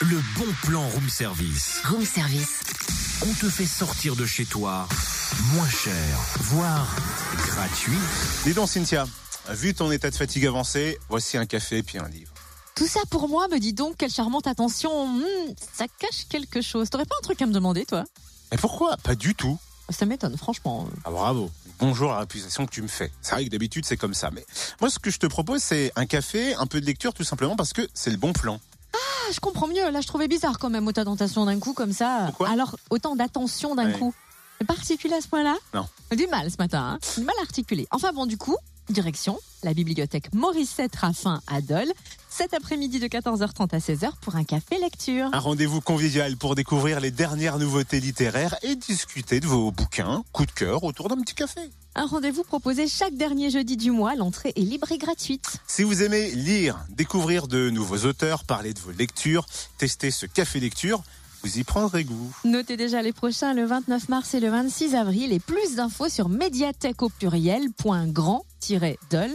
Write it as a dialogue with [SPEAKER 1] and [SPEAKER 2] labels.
[SPEAKER 1] Le bon plan room service.
[SPEAKER 2] Room service.
[SPEAKER 1] On te fait sortir de chez toi moins cher, voire gratuit.
[SPEAKER 3] Dis donc, Cynthia, vu ton état de fatigue avancé, voici un café puis un livre.
[SPEAKER 4] Tout ça pour moi, me dis donc, quelle charmante attention. Hmm, ça cache quelque chose. T'aurais pas un truc à me demander, toi
[SPEAKER 3] Mais pourquoi Pas du tout.
[SPEAKER 4] Ça m'étonne, franchement.
[SPEAKER 3] Ah bravo. Bonjour à la puissance que tu me fais. C'est vrai que d'habitude c'est comme ça, mais moi ce que je te propose c'est un café, un peu de lecture tout simplement parce que c'est le bon plan.
[SPEAKER 4] Ah, je comprends mieux. Là, je trouvais bizarre quand même autant d'attention d'un coup comme ça.
[SPEAKER 3] Pourquoi
[SPEAKER 4] Alors, autant d'attention d'un
[SPEAKER 3] Ouais.
[SPEAKER 4] coup. C'est pas articulé à ce point-là
[SPEAKER 3] Non.
[SPEAKER 4] Du mal ce matin, hein. Du mal articulé. Enfin bon, du coup, direction la bibliothèque Morissette Raffin à Dole, cet après-midi de 14h30 à 16h pour un café lecture.
[SPEAKER 3] Un rendez-vous convivial pour découvrir les dernières nouveautés littéraires et discuter de vos bouquins, coup de cœur autour d'un petit café.
[SPEAKER 4] Un rendez-vous proposé chaque dernier jeudi du mois. L'entrée est libre et gratuite.
[SPEAKER 3] Si vous aimez lire, découvrir de nouveaux auteurs, parler de vos lectures, tester ce café lecture, vous y prendrez goût.
[SPEAKER 4] Notez déjà les prochains le 29 mars et le 26 avril et plus d'infos sur médiathèque au pluriel.grand-dole.fr.